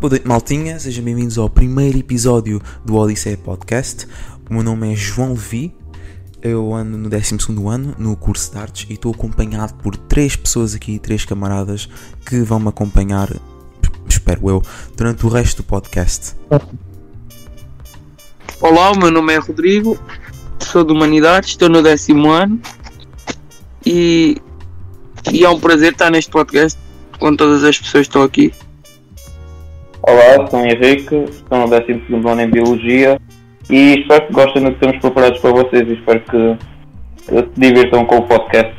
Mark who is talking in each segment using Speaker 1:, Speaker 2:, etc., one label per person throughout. Speaker 1: Boa noite, maltinha. Sejam bem-vindos ao primeiro episódio do Odisseia Podcast. O meu nome é João Levi. Eu ando no 12 ano, no curso de artes, e estou acompanhado por três pessoas aqui, três camaradas, que vão me acompanhar, espero eu, durante o resto do podcast.
Speaker 2: Olá, o meu nome é Rodrigo, sou de Humanidades, estou no décimo ano e, e é um prazer estar neste podcast com todas as pessoas que estão aqui.
Speaker 3: Olá, sou Henrique, estou no 12 ano em Biologia e espero que gostem do que temos preparados para vocês e espero que, que se divirtam com o podcast.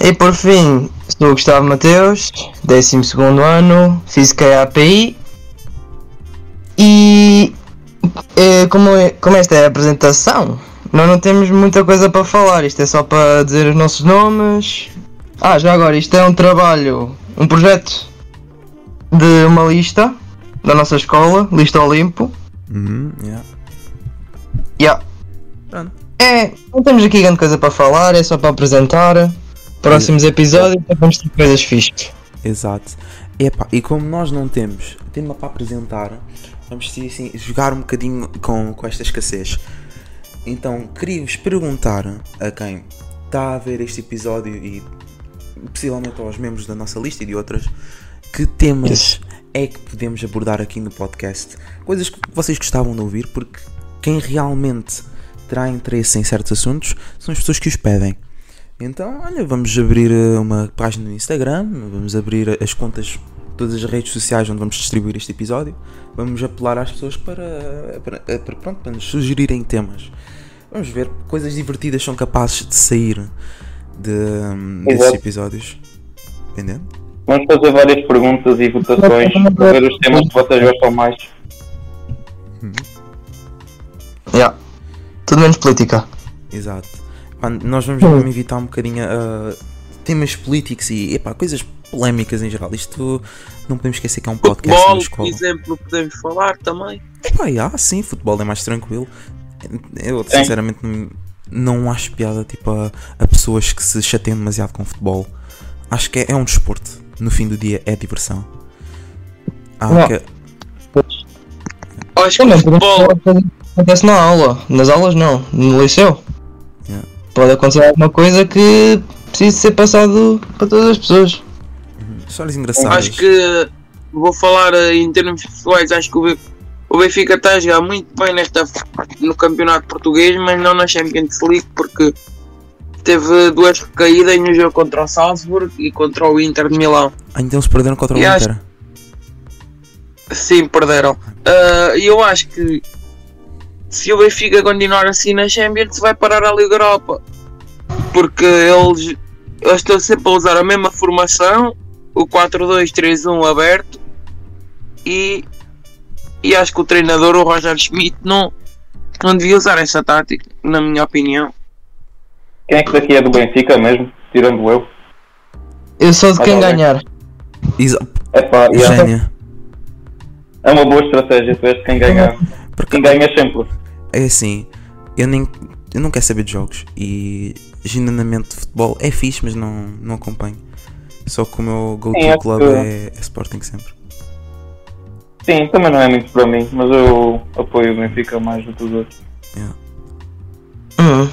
Speaker 4: E por fim, sou o Gustavo Mateus, 12 ano, Física e API. E eh, como, é- como esta é a apresentação, nós não temos muita coisa para falar, isto é só para dizer os nossos nomes. Ah, já agora, isto é um trabalho, um projeto de uma lista da nossa escola, Lista Olimpo.
Speaker 1: Uhum, yeah.
Speaker 4: Yeah.
Speaker 1: Pronto.
Speaker 4: É, não temos aqui grande coisa para falar, é só para apresentar. Próximos episódios vamos ter coisas fixas.
Speaker 1: Exato. Epá, e como nós não temos tema para apresentar, vamos ter, assim, jogar um bocadinho com, com esta escassez. Então, queria-vos perguntar a quem está a ver este episódio e possivelmente aos membros da nossa lista e de outras, que temas
Speaker 4: Yes.
Speaker 1: é que podemos abordar aqui no podcast? Coisas que vocês gostavam de ouvir, porque quem realmente terá interesse em certos assuntos são as pessoas que os pedem. Então, olha, vamos abrir eh, uma página no Instagram, vamos abrir as contas, todas as redes sociais onde vamos distribuir este episódio. Vamos apelar às pessoas para, para, eh, para- pronto, para nos sugerirem temas. Vamos ver que coisas divertidas são capazes de sair de, hum, desses
Speaker 3: Exato.
Speaker 1: episódios. Entendendo?
Speaker 3: Vamos fazer várias perguntas e votações para ver os temas que vocês gostam mais.
Speaker 4: Yeah. Tudo menos política.
Speaker 1: Exato. Pá, nós vamos mesmo evitar um bocadinho ah, temas políticos e epá, coisas polémicas em geral. Isto não podemos esquecer que é um podcast na
Speaker 2: Futebol, por
Speaker 1: escola.
Speaker 2: exemplo, podemos falar também.
Speaker 1: Epá, ah, sim, futebol é mais tranquilo. Eu
Speaker 3: Sim.
Speaker 1: sinceramente não, não acho piada tipo, a, a pessoas que se chateiam demasiado com futebol. Acho que é, é um desporto. No fim do dia é diversão. Ah,
Speaker 4: Não.
Speaker 1: ok.
Speaker 2: Acho
Speaker 4: Eu
Speaker 2: que o
Speaker 4: não, podemos
Speaker 2: futebol,
Speaker 4: falar de coisas que acontece na aula. Nas aulas não, no liceu.
Speaker 1: Yeah.
Speaker 4: Pode acontecer alguma coisa que precisa ser passado para todas as pessoas.
Speaker 1: histórias engraçadas.
Speaker 2: acho que vou falar eh, em termos pessoais, acho que o Be- o Benfica está a jogar muito bem nesta, no campeonato português, mas não na Champions League porque teve duas recaídas no jogo contra o Salzburg e contra o Inter de Milão.
Speaker 1: Ah, então se perderam contra o
Speaker 2: E acho-
Speaker 1: Inter.
Speaker 2: Sim, perderam. Ah, E eu acho que se o Benfica continuar assim na Champions, vai parar a Liga Europa. Porque eles, eles estão sempre a usar a mesma formação, o 4-2-3-1 aberto. E, e acho que o treinador, o Roger Schmidt, não, não devia usar essa tática, na minha opinião.
Speaker 3: Quem é que daqui é do Benfica mesmo? Tirando eu.
Speaker 4: Eu sou de
Speaker 3: Olha
Speaker 4: quem
Speaker 3: lá,
Speaker 4: ganhar.
Speaker 1: Isa-
Speaker 3: Epá, yeah.
Speaker 1: Gênio.
Speaker 3: é uma boa estratégia, tu és quem ganha. Quem ganha sempre.
Speaker 1: É assim, eu nem eu não quero saber de jogos e genuinamente futebol é fixe, mas não, não acompanho. Só que o meu
Speaker 3: Sim,
Speaker 1: go-to
Speaker 3: acho
Speaker 1: club
Speaker 3: que-
Speaker 1: é, é Sporting sempre.
Speaker 3: Sim, também não é muito para mim, mas eu apoio o Benfica mais do que os outros.
Speaker 4: Hum. Eu-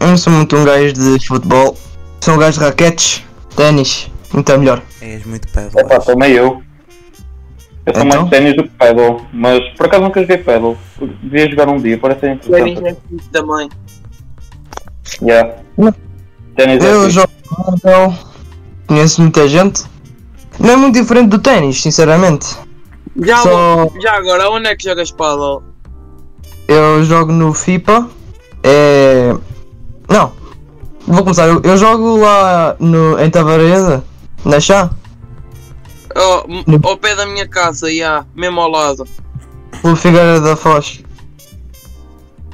Speaker 4: Eu não sou muito um gajo de futebol. Sou um gajo de raquetes, ténis. Então melhor.
Speaker 1: És muito pedal.
Speaker 3: Epá, também eu. Eu sou mais
Speaker 4: Então?
Speaker 3: de ténis do que pedal, mas por acaso nunca joguei pedal. Devia jogar um dia, parece ser interessante.
Speaker 2: Também.
Speaker 3: Yeah.
Speaker 4: Não.
Speaker 3: Ténis é
Speaker 4: Eu
Speaker 3: fixe.
Speaker 4: jogo então conheço muita gente. Não é muito diferente do ténis, sinceramente.
Speaker 2: Já,
Speaker 4: Só-
Speaker 2: já agora, onde é que jogas para
Speaker 4: Eu jogo no FIPA. É. Não. Vou começar. Eu, eu jogo lá no, em Tavareza, na Chá,
Speaker 2: oh, m- Ao pé da minha casa, já, mesmo ao lado.
Speaker 4: pelo Figueira da Foz.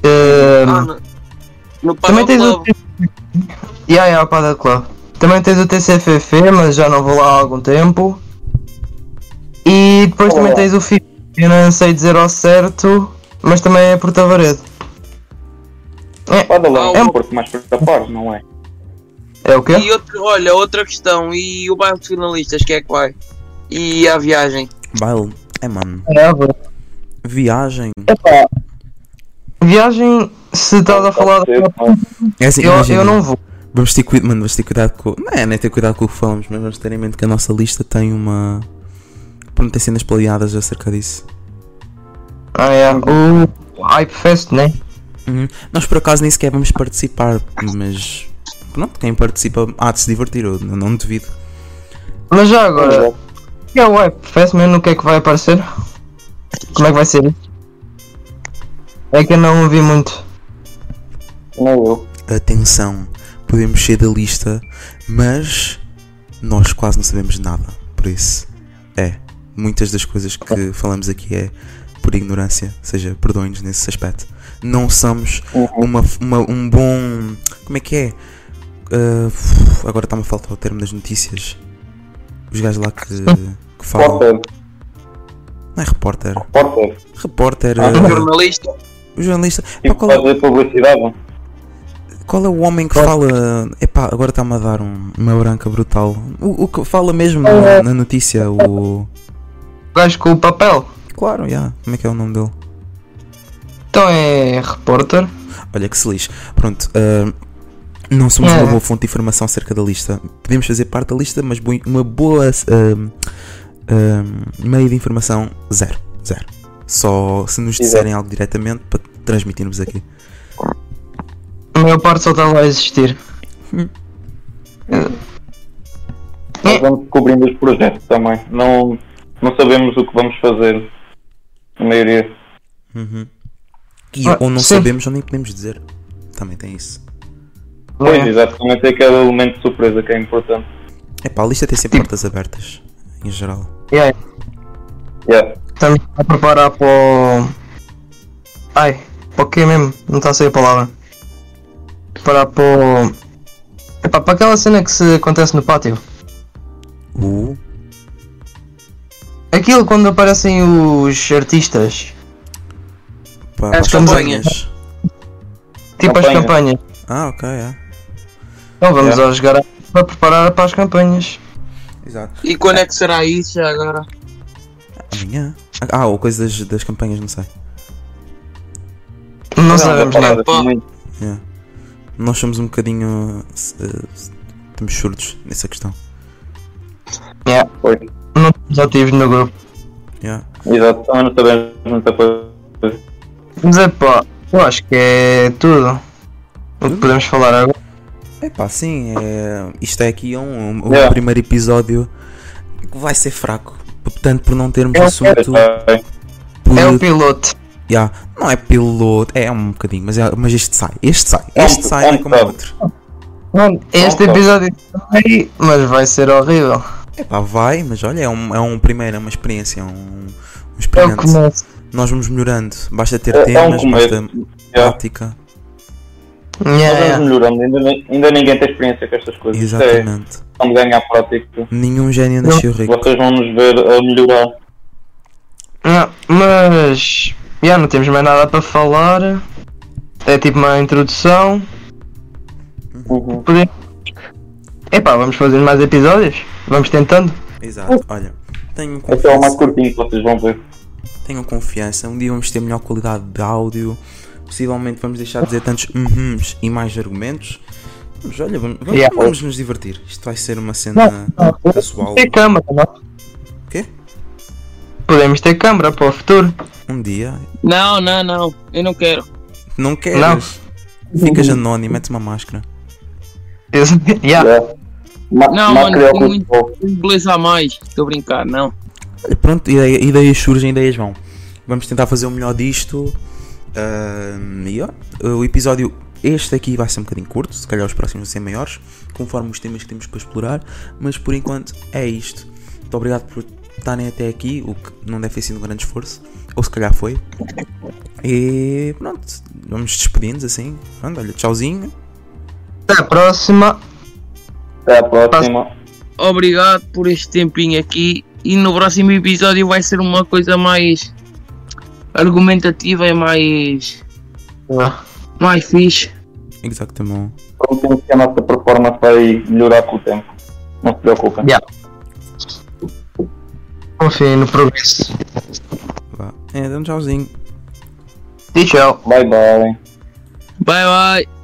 Speaker 4: É,
Speaker 2: Ah, no, no
Speaker 4: também
Speaker 2: Padel Club.
Speaker 4: tens o. Yeah, yeah, Padel Club. Também tens o TCFF, mas já não vou lá há algum tempo. E depois também
Speaker 3: Olá.
Speaker 4: tens o FIPA. Eu não sei dizer ao certo, mas também é por Tavaredo.
Speaker 3: Pode lá,
Speaker 2: Ah,
Speaker 3: é
Speaker 2: o-
Speaker 3: um pouco mais para tapar, não é?
Speaker 4: É o quê?
Speaker 2: E outro, olha, outra questão, e o bairro de finalistas, que é que vai? e à viagem.
Speaker 1: Baile. É mano.
Speaker 4: É, bro.
Speaker 1: Viagem.
Speaker 4: Epá. Viagem, se estás a falar da
Speaker 1: É assim,
Speaker 4: eu,
Speaker 1: imagina.
Speaker 4: eu não vou.
Speaker 1: Vamos ter cuidado, mano, vamos ter cuidado com. Não é, nem ter cuidado com o que falamos, mas vamos ter em mente que a nossa lista tem uma. Pronto, tem cenas planeadas acerca disso.
Speaker 4: Ah, é. O Hype Fest, né?
Speaker 1: Uhum. Nós por acaso nem sequer vamos participar, mas. Pronto, quem participa há de se divertir, eu não, não duvido.
Speaker 4: Mas já agora,
Speaker 3: Uhum.
Speaker 4: o que é o Hype Fest mesmo? O que é que vai aparecer? Como é que vai ser? É que eu não ouvi muito.
Speaker 3: Não é eu.
Speaker 1: Atenção, podemos ser da lista, mas. Nós quase não sabemos nada. Por isso, é. Muitas das coisas que falamos aqui é por ignorância, ou seja, perdoem-nos nesse aspecto. Não somos uma, uma- um bom. Como é que é? Ah, uf, agora está-me a faltar o termo das notícias. Os gajos lá que, que
Speaker 4: Tá.
Speaker 1: falam.
Speaker 3: Porter.
Speaker 1: Não é repórter.
Speaker 3: Porter.
Speaker 4: Então
Speaker 1: Repórter.
Speaker 3: Ah,
Speaker 4: Uhum.
Speaker 1: eh,
Speaker 2: Jornalista.
Speaker 1: o jornalista. Pá,
Speaker 3: Tipo,
Speaker 1: qual, é,
Speaker 3: fazer publicidade.
Speaker 1: qual é o homem que fala. Epá, agora está-me a dar um, uma branca brutal. O, o que fala mesmo na, na notícia? O.
Speaker 4: O gajo com o papel.
Speaker 1: Claro, já. Como é que é o nome dele?
Speaker 4: Então é repórter.
Speaker 1: Olha que se lixe. Pronto, ah, não somos
Speaker 4: É.
Speaker 1: uma boa fonte de informação acerca da lista. Podemos fazer parte da lista, mas boi- uma boa ah, ah, meio de informação, zero. Zero. Só se nos
Speaker 3: Exato.
Speaker 1: disserem algo diretamente para transmitirmos aqui.
Speaker 4: A maior parte só está lá a existir. É.
Speaker 3: Nós vamos descobrindo os projetos também. Não, não sabemos o que vamos fazer. A maioria.
Speaker 4: É.
Speaker 1: Uhum. E
Speaker 4: Ah,
Speaker 1: ou não
Speaker 4: sim.
Speaker 1: sabemos ou nem podemos dizer. Também tem isso.
Speaker 3: Pois,
Speaker 4: É.
Speaker 3: exatamente. É aquele elemento de surpresa que é importante.
Speaker 1: É pá, a lista tem sempre portas abertas, em geral.
Speaker 4: Yeah.
Speaker 3: Yeah.
Speaker 4: Estamos a preparar para o. Ai, para o quê mesmo? Não está a sair a palavra. Preparar para o. Epá, para aquela cena que se acontece no pátio.
Speaker 1: O.
Speaker 4: Aquilo quando aparecem os artistas.
Speaker 1: Pá,
Speaker 2: As
Speaker 1: as
Speaker 2: campanhas.
Speaker 1: campanhas.
Speaker 4: Tipo as
Speaker 3: Campanha.
Speaker 4: campanhas.
Speaker 1: Ah, ok, é.
Speaker 4: Então vamos
Speaker 3: Yeah.
Speaker 4: aos garotos para preparar para as campanhas.
Speaker 1: Exato.
Speaker 2: E quando é que será isso já agora?
Speaker 1: Amanhã. Ah, ou coisas das, das campanhas, não sei.
Speaker 4: Não, é sabemos nada.
Speaker 3: parada,
Speaker 2: Pá.
Speaker 3: muito.
Speaker 1: Nós somos um bocadinho. se- se- Estamos surdos nessa questão.
Speaker 4: Yeah.
Speaker 3: Pois.
Speaker 4: Não estamos ativos no grupo.
Speaker 1: Yeah.
Speaker 3: Exato. Também não sabemos muita coisa.
Speaker 4: Mas é pá, eu acho que é tudo. O que podemos falar agora.
Speaker 1: Epá, sim, é... isto é aqui um, um- um
Speaker 3: Yeah.
Speaker 1: primeiro episódio que vai ser fraco. Portanto, por não termos
Speaker 4: É o-
Speaker 1: assunto.
Speaker 3: É,
Speaker 1: por-
Speaker 4: É o piloto.
Speaker 1: Yeah. Não é piloto, é um bocadinho, mas, é- mas este sai. Este sai.
Speaker 3: É um-
Speaker 1: Este sai
Speaker 3: é
Speaker 1: não é
Speaker 3: um
Speaker 1: como o
Speaker 3: bocado.
Speaker 1: outro.
Speaker 4: Este
Speaker 3: Opa.
Speaker 4: episódio também, mas vai ser horrível.
Speaker 1: Epá, vai, mas olha, é um, é um primeiro, é uma experiência, é um, um
Speaker 4: É o
Speaker 1: experimento.
Speaker 4: começo.
Speaker 1: Nós vamos melhorando. Basta ter
Speaker 3: É- é um
Speaker 1: temas,
Speaker 3: começo.
Speaker 1: basta
Speaker 3: yeah.
Speaker 1: prática.
Speaker 4: Yeah,
Speaker 3: Nós
Speaker 4: yeah.
Speaker 3: vamos melhorando. Ainda, ni- ainda ninguém tem experiência com estas coisas. Isto é
Speaker 1: Exatamente.
Speaker 3: vamos ganhar prática.
Speaker 1: Nenhum gênio nasceu rico.
Speaker 3: Vocês vão nos ver a melhorar.
Speaker 4: Não, mas já não temos mais nada para falar. É tipo uma introdução.
Speaker 3: Uhum.
Speaker 4: Podemos. Epá, vamos fazer mais episódios? Vamos tentando?
Speaker 1: Exato, olha. Tenho
Speaker 3: Este é o mais
Speaker 1: confiança,
Speaker 3: curtinho que vocês vão ver.
Speaker 1: tenho confiança. Um dia vamos ter melhor qualidade de áudio. Possivelmente vamos deixar de dizer tantos uhums e mais argumentos. Mas olha, vamos, vamos-
Speaker 4: Yeah.
Speaker 1: vamos nos divertir. Isto vai ser uma cena
Speaker 4: Não, não.
Speaker 1: pessoal.
Speaker 4: Ter câmara, não?
Speaker 1: Quê?
Speaker 4: né? Podemos ter câmara para o futuro.
Speaker 1: Um dia.
Speaker 2: Não, não, não. Eu não quero.
Speaker 1: Não queres? Ficas anónimo, metes uma máscara.
Speaker 4: Eu- Yeah.
Speaker 3: Yeah. Ma-
Speaker 2: Ah. Não, mano,
Speaker 3: Macri é o
Speaker 2: tem muito-
Speaker 3: futebol.
Speaker 2: Beleza a mais. Estou a brincar, não.
Speaker 1: Olha, Pronto, ideia- ideias surgem, ideias vão. Vamos tentar fazer o melhor disto. Ah, e ó, o episódio este aqui vai ser um bocadinho curto, se calhar os próximos vão ser maiores, conforme os temas que temos para explorar, mas por enquanto é isto. Muito obrigado por estarem até aqui, o que não deve ter sido um grande esforço, ou se calhar foi. E pronto, vamos despedindo assim. Pronto, olha, tchauzinho.
Speaker 4: Até a próxima.
Speaker 3: Até à próxima.
Speaker 2: Obrigado por este tempinho aqui. E no próximo episódio vai ser uma coisa mais argumentativa e mais.
Speaker 4: Ah,
Speaker 2: mais fixe.
Speaker 1: Exatamente.
Speaker 3: Prometemos que a nossa performance vai melhorar com o tempo. Não se preocupem.
Speaker 4: Yeah. Confiem no progresso.
Speaker 1: Vá. É, dá um tchauzinho.
Speaker 4: E tchau.
Speaker 3: Bye bye.
Speaker 2: Bye bye.